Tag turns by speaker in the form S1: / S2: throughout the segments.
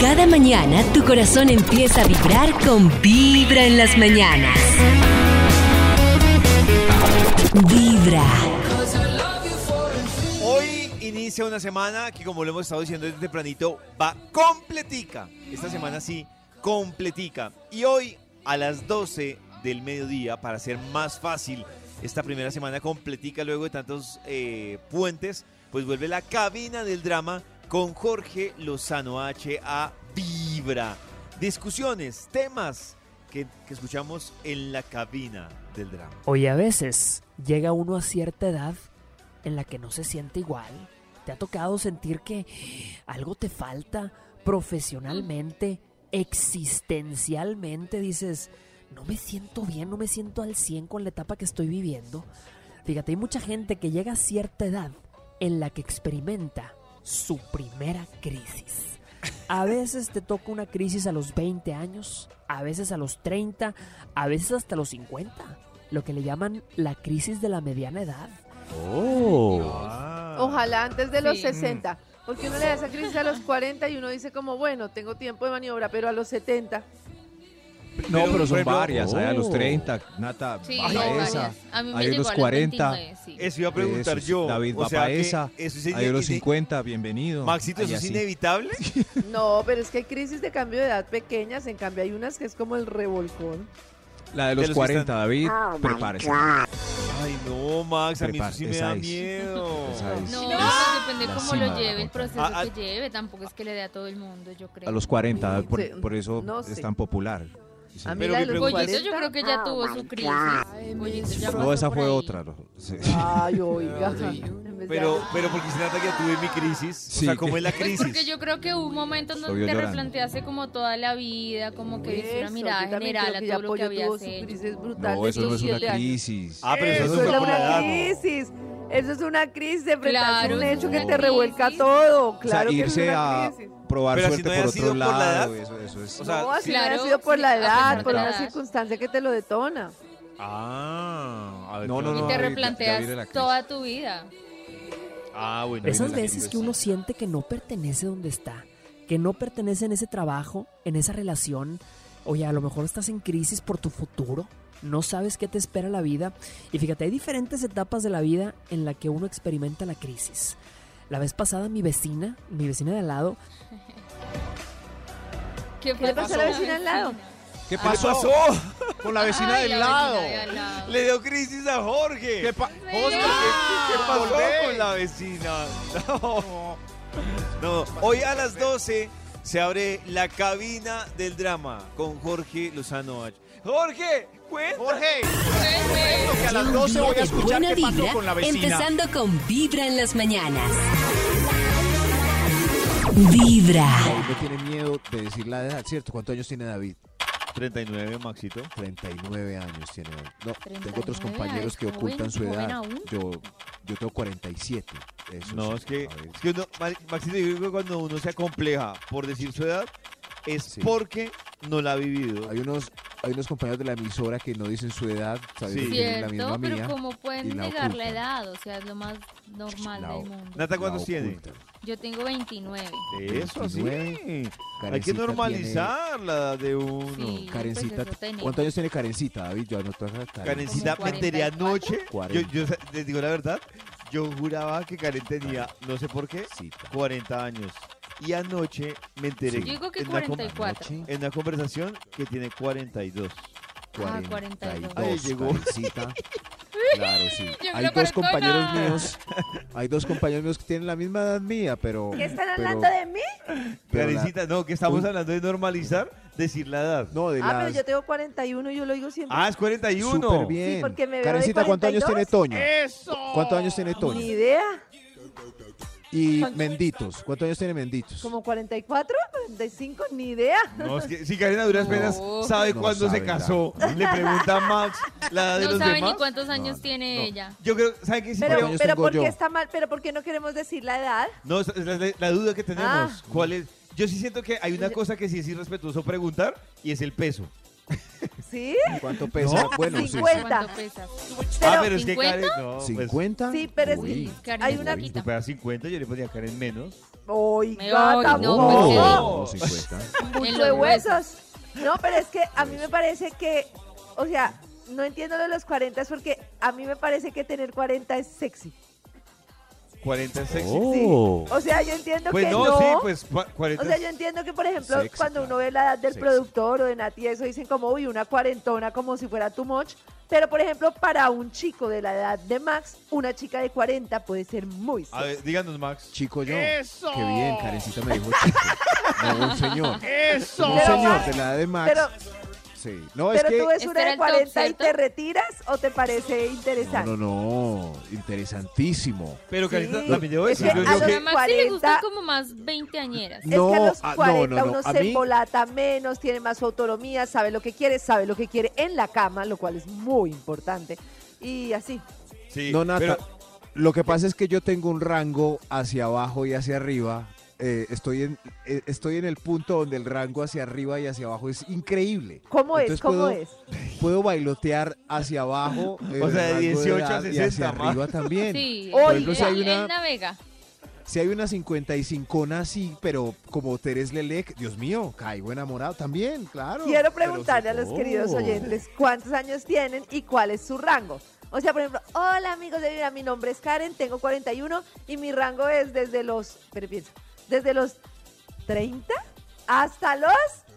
S1: Cada mañana tu corazón empieza a vibrar con Vibra en las mañanas. Vibra.
S2: Hoy inicia una semana que, como lo hemos estado diciendo desde tempranito, va completica. Esta semana sí, completica. Y hoy, a las 12 del mediodía, para ser más fácil esta primera semana completica luego de tantos eh, puentes, pues vuelve la cabina del drama con Jorge Lozano H a Vibra. Discusiones, temas que, que escuchamos en la cabina del drama.
S3: Oye, a veces llega uno a cierta edad en la que no se siente igual. ¿Te ha tocado sentir que algo te falta profesionalmente, existencialmente? Dices, no me siento bien, no me siento al 100 con la etapa que estoy viviendo. Fíjate, hay mucha gente que llega a cierta edad en la que experimenta su primera crisis. A veces te toca una crisis a los 20 años, a veces a los 30, a veces hasta los 50, lo que le llaman la crisis de la mediana edad.
S4: Ojalá antes de
S5: Mm.
S4: los 60. Porque uno le da esa crisis a los 40 y uno dice como, bueno, tengo tiempo de maniobra, pero a los 70.
S6: No,
S2: Pero,
S6: pero,
S2: por
S6: son
S2: ejemplo,
S6: varias. hay a los
S3: oh.
S6: 30, Nata
S5: Sí,
S6: Baja
S5: hay
S6: esa,
S5: varias. A mí me
S6: hay
S5: llegó
S6: unos
S5: a los
S6: 40,
S5: 29, sí.
S2: Eso iba a preguntar
S6: Eso,
S2: yo.
S6: David
S2: o sea, que
S6: Bapaesa,
S2: eso es
S6: hay a los
S2: ine-
S6: 50, bienvenido.
S2: Maxito,
S6: Hay
S2: ¿eso es
S6: así.
S2: inevitable?
S4: No, pero es que hay crisis de cambio de edad pequeñas, en cambio hay unas que es como el revolcón.
S6: La de
S2: de los
S6: los
S2: que
S6: 40,
S2: están-
S6: David, prepárese.
S2: Ay, no, Max, a mí eso
S6: Prepárate,
S2: sí me
S6: esa
S2: da
S6: es.
S2: miedo.
S6: Esa es-
S5: No,
S6: es
S5: pues depende
S6: la
S5: cómo lo
S6: cima de la
S5: lleve, el
S6: montaña.
S5: proceso
S2: Ah, ah.
S5: que lleve. Tampoco es que le dé a todo el mundo, yo creo.
S6: A los 40, por,
S4: Sí,
S6: por eso
S4: no
S6: es
S4: sé.
S6: tan popular. Sí.
S4: A mí
S2: Pero
S4: la
S2: mi
S4: de los
S2: pregunta-
S5: Pollito
S4: 40.
S5: yo creo que ya tuvo
S4: Oh,
S5: su crisis. Pollito ya
S6: No,
S5: pasó
S6: esa
S5: por
S6: fue
S5: ahí.
S6: otra. no, sí.
S4: Ay, oiga.
S2: Pero, pero porque si nada ya tuve mi crisis. O sea,
S6: Sí.
S2: ¿cómo es la
S5: Pues
S2: crisis?
S5: porque yo creo que hubo un momento en
S6: Lo
S5: donde
S6: vio
S5: te
S6: llorando.
S5: replanteaste como toda la vida, como que viste una
S4: Eso,
S5: mirada
S4: yo también
S5: general
S4: creo
S5: a
S4: que ya
S5: todo lo que
S4: Pollo tuvo
S5: habías
S4: su
S5: hecho.
S4: crisis brutal
S6: No,
S4: de
S6: eso no es una
S4: 17 años.
S6: crisis.
S2: Ah, pero eso,
S4: Eso
S2: no
S4: es
S2: fue por la
S4: una
S2: edad.
S4: crisis. Eso es una crisis de enfrentarse
S5: Claro,
S4: a un
S5: eso
S4: hecho
S5: es
S4: que
S5: una
S4: te revuelca
S5: crisis.
S4: todo.
S6: O sea,
S4: Claro que es
S6: irse
S4: una
S6: a
S4: crisis.
S6: probar
S2: Pero si
S6: suerte
S2: no haya
S6: por
S2: sido por
S6: otro
S2: la edad.
S6: lado. Eso, eso es.
S2: O sea,
S4: no, así
S2: sí-
S4: no ha
S5: Claro,
S4: sido por
S5: sí,
S4: la
S5: a pesar
S4: edad,
S5: de
S4: por
S5: la
S4: una
S5: edad.
S4: circunstancia que te lo detona.
S2: Ah, a ver,
S6: No,
S2: ¿qué
S6: no,
S2: otra?
S5: Y
S6: no.
S5: te
S6: ya- ya viene
S5: replanteas
S6: la crisis.
S5: toda tu vida.
S2: Ah, bueno.
S3: Esas
S2: viene la
S3: veces
S2: crisis.
S3: que uno siente que no pertenece donde está, que no pertenece en ese trabajo, en esa relación, oye, a lo mejor estás en crisis por tu futuro, no sabes qué te espera la vida. Y fíjate, hay diferentes etapas de la vida en la que uno experimenta la crisis. La vez pasada mi vecina, mi vecina de al lado,
S5: ¿Qué,
S4: le pasó a la vecina al lado?
S6: ¿Qué
S2: ¿Qué
S6: pasó?
S2: pasó?
S6: Con la vecina
S5: Ay,
S6: del
S5: la
S6: lado.
S5: vecina de al lado.
S2: Le dio crisis a Jorge.
S6: ¿Qué pa- Ah,
S5: Sí.
S2: Oscar, ¿qué, qué pasó con la vecina? No. No, hoy a las 12 se abre la cabina del drama con Jorge Lozano H. Jorge, cuenta.
S7: Jorge, que a
S1: Lleva
S7: las
S1: un
S7: 12
S1: día
S7: voy a
S1: de
S7: escuchar
S1: buena
S7: qué pasó
S1: vibra,
S7: con la vecina.
S1: empezando con Vibra en las mañanas.
S5: Ah.
S1: Vibra.
S8: David no tiene miedo de decir la edad, ¿cierto? ¿Cuántos años tiene David?
S2: 39, Maxito.
S8: 39 años tiene David. No,
S5: 39,
S8: tengo otros compañeros
S5: es
S8: que
S5: joven,
S8: ocultan su
S5: joven
S8: edad.
S5: aún.
S8: Yo, yo tengo 47. Eso
S2: No,
S8: sí,
S2: es que,
S8: David.
S2: es que uno, Ma- Maxito, yo creo que cuando uno se acompleja por decir su edad, es
S8: Sí.
S2: porque no la ha vivido.
S8: Hay unos, hay unos compañeros de la emisora que no dicen su edad, sabiendo
S2: Sí.
S8: que tienen la
S5: Cierto,
S8: misma
S5: pero
S8: mía.
S5: ¿cómo
S8: y
S5: pueden
S8: la
S5: negar la
S8: ocultan.
S5: edad? O sea, es lo más normal
S8: La
S5: del
S8: o-
S5: mundo.
S2: Nata, ¿cuántos
S8: La
S2: tiene?
S8: ocultan.
S5: Yo tengo 29.
S2: Eso, sí.
S8: 29,
S2: Hay que
S8: Karencita
S2: normalizar la edad de uno.
S5: Sí.
S8: tiene- Karencita,
S5: Pues eso tenemos.
S8: ¿cuántos años tiene Karencita, David? Yo anoto acá. Karen.
S2: Karencita
S5: Como
S2: me enteré
S5: 44.
S2: anoche. Yo,
S8: 40.
S2: yo sa- les digo la verdad, yo juraba que Karen tenía, no sé por qué,
S8: Karencita.
S2: 40 años. Y anoche me enteré
S5: Yo digo que
S2: en, una con-
S5: 44.
S2: en una conversación que tiene 42.
S5: Ah,
S8: 42.
S2: Ahí llegó.
S8: Karencita. Claro, sí.
S5: Yo
S8: Hay
S5: creo
S8: dos
S5: cuarentona.
S8: compañeros míos. Hay dos compañeros míos que tienen la misma edad mía, pero.
S4: ¿Qué están
S8: pero-
S4: hablando de mí?
S8: pero la-
S2: Karencita, no, que estamos
S8: un-
S2: hablando de normalizar, decir la edad.
S8: No, de
S4: Ah,
S8: las.
S4: pero yo tengo 41 y yo lo digo siempre.
S2: Ah, es 41.
S8: Súper bien.
S4: Sí, porque me veo de
S8: Karencita, ¿cuántos años
S4: 42?
S8: tiene Toño?
S7: Eso.
S8: ¿Cuántos años tiene Toño?
S4: Ni idea.
S8: Y Menditos. ¿Cuántos años tiene Menditos?
S4: Como 44, 45, ni idea.
S2: No, es que si Karen a duras
S5: No.
S2: penas sabe
S8: No
S2: cuándo se
S8: sabe,
S2: casó, le pregunta a Max la edad de
S5: No
S2: los
S5: sabe
S2: demás.
S5: ni cuántos años
S8: no,
S5: tiene
S8: no.
S5: ella.
S2: Yo creo, ¿sabe qué sí
S4: Pero,
S2: creo?
S8: años
S4: pero
S8: tengo
S4: ¿por
S8: yo?
S4: qué está mal? ¿Pero por qué no queremos decir la edad?
S2: No, es la, la- la duda que tenemos.
S4: Ah.
S2: ¿Cuál es? Yo sí siento que hay una cosa que sí es irrespetuoso preguntar y es el peso.
S4: ¿Sí?
S8: ¿Cuánto pesa?
S2: No.
S8: Bueno, sí.
S4: Cincuenta.
S5: ¿Cuánto pesas?
S2: ah,
S4: Pero-
S2: pero es que
S5: 50?
S2: Karen. No, pues,
S8: ¿50?
S4: Sí, pero es
S8: Uy,
S4: Hay una-
S2: si
S5: quita.
S2: fuera 50, yo le ponía a Karen menos.
S4: Oiga,
S5: Oy,
S8: pues
S4: tampoco.
S5: no,
S6: Como 50.
S5: En
S4: Mucho
S5: los
S4: de huesos. No, pero es que a mí me parece que, o sea, no entiendo lo de los 40 es porque a mí me parece que tener 40 es sexy.
S2: 40 es sexy.
S6: Oh.
S4: O sea, yo entiendo
S2: Pues
S4: que
S2: no,
S4: no.
S2: sí, pues cua- 40
S4: O sea, yo entiendo que, por ejemplo,
S6: Sexy,
S4: cuando
S6: claro.
S4: uno ve la edad del
S6: Sexy.
S4: productor o de Nati, eso dicen como, uy, una cuarentona, como si fuera too much. Pero, por ejemplo, para un chico de la edad de Max, una chica de 40 puede ser muy
S2: A
S4: sexy.
S2: ver, díganos, Max.
S8: Chico yo.
S7: ¡Eso!
S8: Qué bien, Karencita me dijo chico. No, un señor.
S7: ¡Eso!
S8: Un
S4: Pero
S8: señor
S4: Max,
S8: de la edad de Max.
S4: Pero,
S8: sí. No, es
S4: pero
S8: que...
S4: tú ves
S5: Este
S4: una
S5: era
S4: de
S5: el top,
S4: 40 y
S5: ¿cierto?
S4: te retiras o te parece interesante.
S8: No, no, no. Interesantísimo.
S2: Pero
S4: Sí.
S2: Karencita también debo
S4: Es
S2: decir,
S4: que
S2: yo digo
S5: A
S4: los-
S5: Maxi
S2: que
S5: le
S4: 40.
S5: gustan como más veinteañeras.
S4: Es que a los
S8: ah,
S4: 40 uno
S8: A
S4: se
S8: mí,
S4: embolata menos, tiene más su autonomía, sabe lo que quiere, sabe lo que quiere en la cama, lo cual es muy importante. Y así.
S2: sí,
S8: no, Nata.
S2: pero
S8: Lo que pasa es que yo tengo un rango hacia abajo y hacia arriba. Eh, estoy, en, eh, estoy en el punto donde el rango hacia arriba y hacia abajo es increíble.
S4: ¿Cómo es?
S8: Entonces
S4: ¿Cómo
S8: puedo-
S4: es?
S8: Puedo bailotear hacia abajo. eh,
S2: O sea, de
S8: el rango
S2: 18
S8: edad
S2: a
S8: Y
S2: 60,
S8: hacia
S2: ma.
S8: arriba también.
S5: Sí,
S4: Por
S5: él-
S4: ejemplo, si
S8: hay
S5: él-
S8: una- Ah,
S5: él navega.
S8: Si hay una 55 así, pero como Teres Lelec, Dios mío, caigo enamorado también, claro.
S4: Quiero
S8: Pero
S4: preguntarle a los
S8: supongo.
S4: queridos oyentes cuántos años tienen y cuál es su rango. O sea, por ejemplo, hola amigos de Vibra, mi nombre es Karen, tengo 41 y mi rango es desde los, pero piensa, desde los 30 hasta los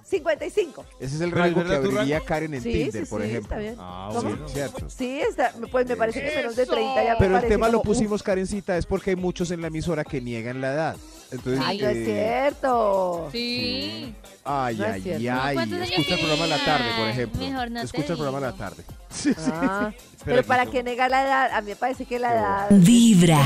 S4: 55.
S8: Ese es el
S2: Pero es
S8: rango que
S2: verdad tu
S8: abriría Karen en
S4: Sí,
S8: Tinder,
S4: sí,
S8: por
S4: sí,
S8: ejemplo.
S4: está bien.
S8: Ah,
S4: ¿Cómo?
S8: bueno, cierto.
S4: Sí, está, pues me parece que menos de
S7: Eso.
S4: 30 ya me
S8: Pero el
S4: parece
S8: tema lo
S4: como, uf,
S8: pusimos, Karencita, es porque hay muchos en la emisora que niegan la edad. Entonces,
S4: Ay, no es
S8: eh,
S4: cierto.
S5: Sí.
S8: Ay,
S4: No es
S8: ay,
S4: cierto.
S8: ay.
S5: ¿Cuántos años
S8: Escucha el programa en la tarde, por
S5: tenías?
S8: ejemplo.
S5: Mejor no te
S8: Escucha el programa en la
S5: digo.
S8: tarde.
S4: Ah, pero para
S2: qué
S4: que nega la edad, a mí me parece que la edad...
S1: Vibra.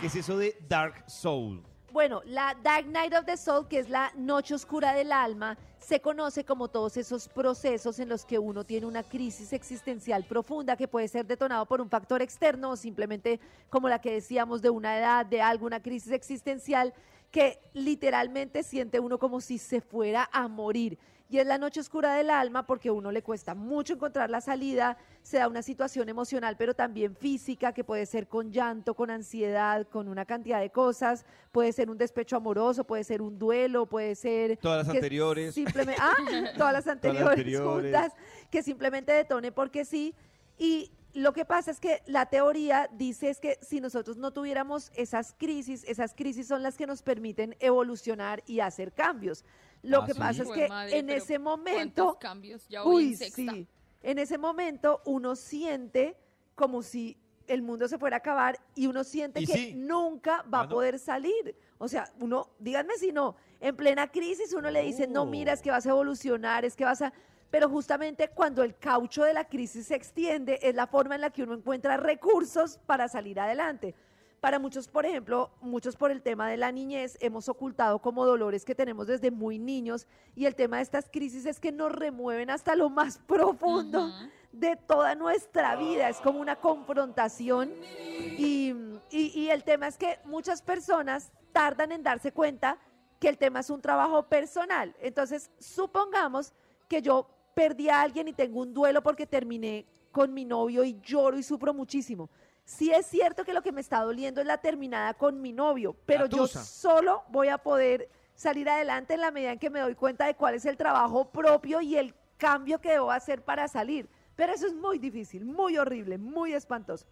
S2: ¿Qué es eso de Dark Soul?
S4: Bueno, la Dark Night of the Soul, que es la noche oscura del alma, se conoce como todos esos procesos en los que uno tiene una crisis existencial profunda que puede ser detonado por un factor externo o simplemente como la que decíamos de una edad, de alguna crisis existencial que literalmente siente uno como si se fuera a morir. Y es la noche oscura del alma porque a uno le cuesta mucho encontrar la salida, se da una situación emocional pero también física que puede ser con llanto, con ansiedad, con una cantidad de cosas, puede ser un despecho amoroso, puede ser un duelo, puede ser
S2: Todas las
S4: que
S2: anteriores.
S4: simplemente- ah, todas las anteriores,
S2: anteriores.
S4: juntas, que simplemente detone porque sí. Y lo que pasa es que la teoría dice es que si nosotros no tuviéramos esas crisis, esas crisis son las que nos permiten evolucionar y hacer cambios. Lo
S2: Ah,
S4: que
S2: sí.
S4: pasa es
S7: Jue
S4: que
S7: madre,
S4: en
S7: pero
S4: ese
S7: ¿Cuántos
S4: momento,
S7: cambios? Ya voy
S4: uy,
S7: en sexta.
S4: sí, en ese momento uno siente como si el mundo se fuera a acabar y uno siente
S2: Y
S4: que
S2: sí.
S4: nunca va
S2: Ah,
S4: a
S2: ¿no?
S4: poder salir. O sea, uno, díganme si no, en plena crisis uno le dice, no, mira, es que vas a evolucionar, es que vas a... Pero justamente cuando el caucho de la crisis se extiende es la forma en la que uno encuentra recursos para salir adelante. Para muchos, por ejemplo, muchos por el tema de la niñez, hemos ocultado como dolores que tenemos desde muy niños y el tema de estas crisis es que nos remueven hasta lo más profundo
S5: Ujú.
S4: de toda nuestra vida. Es como una confrontación. Y, y- y el tema es que muchas personas tardan en darse cuenta que el tema es un trabajo personal. Entonces, supongamos que yo perdí a alguien y tengo un duelo porque terminé con mi novio y lloro y sufro muchísimo. Sí es cierto que lo que me está doliendo es la terminada con mi novio, pero yo
S2: tusa.
S4: solo voy a poder salir adelante en la medida en que me doy cuenta de cuál es el trabajo propio y el cambio que debo hacer para salir. Pero eso es muy difícil, muy horrible, muy espantoso.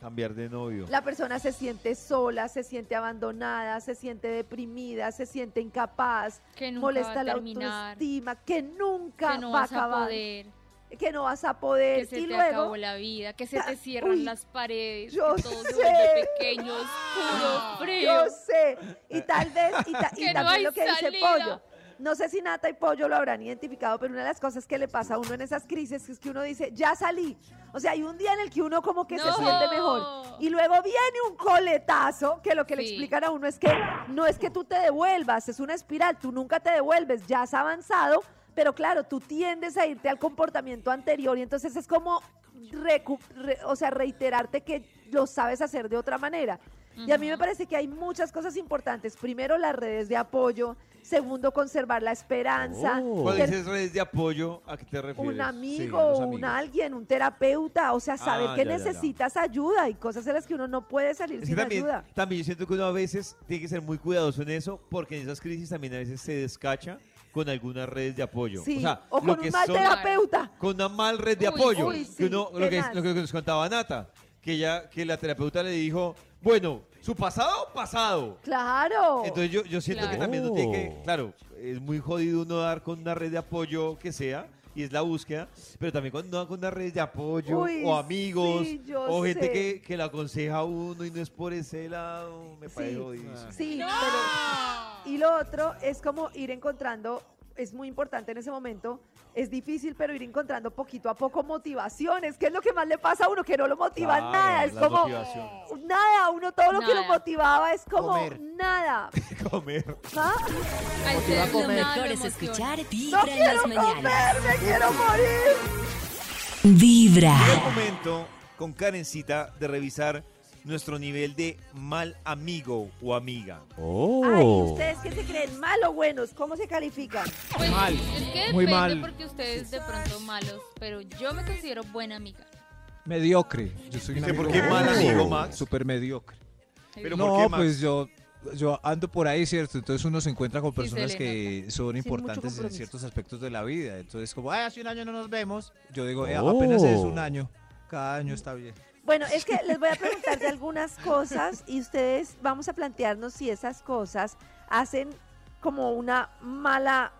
S2: Cambiar de novio.
S4: La persona se siente sola, se siente abandonada, se siente deprimida, se siente incapaz,
S5: Que nunca va
S4: molesta
S5: a
S4: la
S5: terminar. Que
S4: autoestima, que nunca
S5: no
S4: va a
S5: vas a
S4: acabar,
S5: poder.
S4: que no vas a
S5: Que
S4: poder.
S5: se
S4: y
S5: te
S4: luego,
S5: acabó la vida. Que se te cierran
S4: uy,
S5: las paredes.
S4: yo
S5: que todo se
S4: sé.
S5: vuelve pequeño, oscuro, frío.
S4: Ah, yo sé, y tal vez, y, ta- y
S5: Que no
S4: también
S5: hay
S4: lo que dice
S5: salida.
S4: Pollo. No sé si Nata y Pollo lo habrán identificado, pero una de las cosas que le pasa a uno en esas crisis es que uno dice, ya salí. O sea, hay un día en el que uno como que se
S5: No.
S4: siente mejor. Y luego viene un coletazo que lo que le
S5: Sí.
S4: explican a uno es que no es que tú te devuelvas, es una espiral, tú nunca te devuelves, ya has avanzado, pero claro, tú tiendes a irte al comportamiento anterior y entonces es como recu- re- o sea, reiterarte que lo sabes hacer de otra manera. Y a mí me parece que hay muchas cosas importantes. Primero, las redes de apoyo. Segundo, conservar la esperanza.
S2: ¿Cuál
S4: Ter-
S2: dices redes de apoyo? ¿A qué te refieres?
S4: un amigo,
S6: los
S4: un
S6: amigos.
S4: alguien, un terapeuta, o sea, saber
S2: Ah,
S4: que
S2: ya, ya, ya.
S4: necesitas ayuda y cosas de las que uno no puede salir
S2: Es que
S4: sin
S2: también,
S4: ayuda.
S2: también yo siento que uno a veces tiene que ser muy cuidadoso en eso, porque en esas crisis también a veces se descacha con algunas redes de apoyo.
S4: Sí,
S2: o sea,
S4: o
S2: lo
S4: con
S2: que
S4: un mal
S2: son-
S4: terapeuta.
S2: con una mal red de
S5: Uy,
S2: apoyo.
S4: uy, sí,
S2: que uno, lo, que,
S4: tenaz.
S2: lo que nos contaba Nata, que ella, que la terapeuta le dijo, bueno, su pasado, pasado.
S4: Claro.
S2: Entonces yo, yo siento que
S5: Claro.
S2: también uno tiene que,
S6: Oh.
S2: claro, es muy jodido uno dar con una red de apoyo que sea, y es la búsqueda, pero también cuando uno da con una red de apoyo,
S4: Uy,
S2: o amigos,
S4: sí, yo
S2: o gente
S4: sé.
S2: que, que la aconseja a uno y no es por ese lado, me
S4: Sí.
S2: parece jodidísimo.
S4: Sí, pero- y lo otro es como ir encontrando, es muy importante en ese momento, es difícil, pero ir encontrando poquito a poco motivaciones, que es lo que más le pasa a uno, que no lo motiva
S2: Claro,
S4: nada, es
S2: la
S4: como
S2: motivación.
S4: nada, uno todo lo que lo
S5: Nada.
S4: motivaba es como
S6: Comer.
S4: nada.
S2: Comer.
S4: ¿ah?
S5: Al ser
S1: Lo
S5: humano,
S1: mejor es
S5: emoción.
S1: escuchar
S4: No
S1: Vibra en
S4: quiero
S1: las mañanas.
S4: comer, me quiero morir.
S1: Vibra.
S2: Llega el momento con Karencita de revisar nuestro nivel de mal amigo o amiga. Oh.
S4: Ay, ¿ustedes qué se creen? ¿Mal o buenos? ¿Cómo se califican?
S5: Pues,
S6: Mal,
S5: Es que depende
S6: muy mal.
S5: porque ustedes de pronto malos, pero yo me considero buena amiga.
S8: Mediocre. Yo soy un
S2: Dice, ¿por
S8: amigo
S2: qué mal amigo, Max?
S8: Súper mediocre.
S2: Pero
S8: no,
S2: ¿por qué, Max?
S8: pues yo, yo ando por ahí, ¿cierto? Entonces uno se encuentra con
S5: Sí, se
S8: personas
S5: le
S8: que son importantes en
S4: compromiso.
S8: ciertos aspectos de la vida. Entonces, como, "Ay, hace un año no nos vemos. Yo digo, "Eh,
S6: Oh.
S8: apenas es un año. Cada año está bien.
S4: Bueno, es que les voy a preguntar de algunas cosas y ustedes vamos a plantearnos si esas cosas hacen como una mala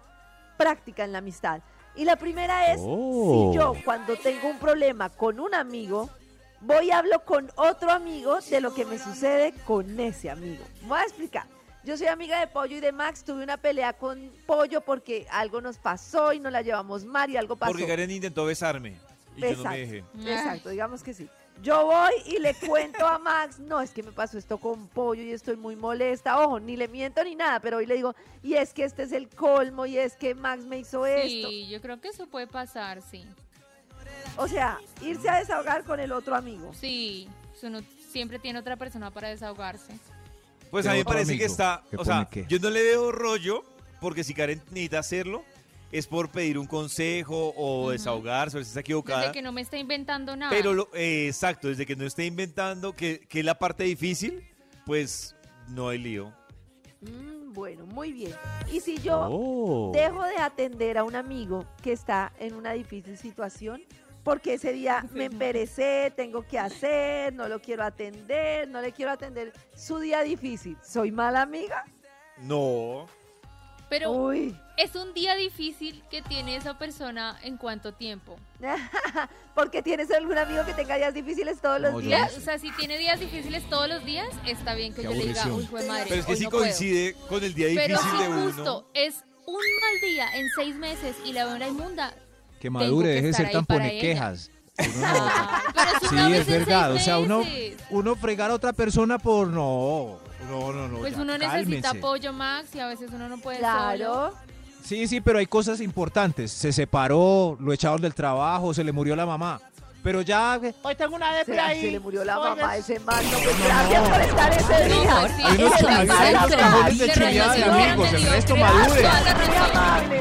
S4: práctica en la amistad. Y la primera es
S6: Oh.
S4: si yo cuando tengo un problema con un amigo, voy y hablo con otro amigo de lo que me sucede con ese amigo. Voy a explicar. Yo soy amiga de Pollo y de Max, tuve una pelea con Pollo porque algo nos pasó y nos la llevamos mal y algo pasó.
S2: Porque Karen intentó besarme y yo no
S4: Exacto.
S2: me dejé.
S4: Exacto, digamos que sí. Yo voy y le cuento a Max, no, es que me pasó esto con pollo y estoy muy molesta. Ojo, ni le miento ni nada, pero hoy le digo, y es que este es el colmo, y es que Max me hizo esto.
S5: Sí, yo creo que eso puede pasar, sí.
S4: O sea, irse a desahogar con el otro amigo.
S5: Sí, pues uno siempre tiene otra persona para desahogarse.
S2: Pues
S8: Tengo
S2: a mí me
S8: otro
S2: parece
S8: amigo
S2: que está,
S8: que
S2: o sea,
S8: pone que-
S2: yo no le veo rollo, porque si Karen necesita hacerlo, es por pedir un consejo o
S5: Ujú.
S2: desahogarse, o si está
S5: Desde
S2: equivocada.
S5: que no me está inventando nada.
S2: Pero, lo- eh, exacto, desde que no esté inventando, que, que es la parte difícil, pues no hay lío.
S4: Mm, bueno, muy bien. Y si yo
S2: Oh.
S4: dejo de atender a un amigo que está en una difícil situación, porque ese día me emperecé, tengo que hacer, no lo quiero atender, no le quiero atender su día difícil. ¿Soy mala amiga?
S2: No.
S5: Pero
S4: Uy.
S5: es un día difícil que tiene esa persona en cuánto tiempo.
S4: Porque tienes algún amigo que tenga días difíciles todos
S8: No,
S4: los
S8: yo
S4: días.
S5: O sea, si tiene días difíciles todos los días, está bien que
S8: Qué
S5: yo le diga,
S8: aburrición.
S5: uy, fue madre.
S2: Pero es que
S5: hoy
S2: sí
S5: no puedo".
S2: coincide con el día
S5: Pero
S2: difícil
S5: si
S2: de uno.
S5: justo es un mal día en seis meses y la hora inmunda.
S8: Que
S5: Tengo
S8: madure,
S5: que
S8: deje de
S5: estar
S8: ser
S5: ahí
S8: tan
S5: para ella.
S8: ponequejas. Uno no,
S5: Ah, pero eso
S8: Sí,
S5: una vez
S8: es
S5: en seis
S8: verdad. O sea, uno,
S5: meses.
S8: uno fregar a otra persona por no. No, no, no.
S5: Pues
S8: ya,
S5: uno necesita
S8: cálmense.
S5: apoyo, Max, y a veces uno no puede solo.
S4: Claro.
S8: Sí, sí, pero hay cosas importantes. Se separó, lo echaron del trabajo, se le murió la mamá. Pero ya. Hoy tengo una
S4: ¿Será que se le murió la mamá a ese man. No, pues
S8: No,
S4: gracias
S8: no.
S4: por estar ese
S5: No,
S4: día.
S5: pues sí,
S8: Hay unos,
S4: Ese
S8: hay-
S4: man
S8: hay unos
S4: era
S8: cajones de
S5: Pero
S4: bravo.
S8: chileada
S5: no
S8: de
S5: se hubieran
S8: amigos, el
S5: tenido
S8: resto
S5: que dar
S8: madure.
S5: toda la
S4: Muy
S5: razón.
S4: amable.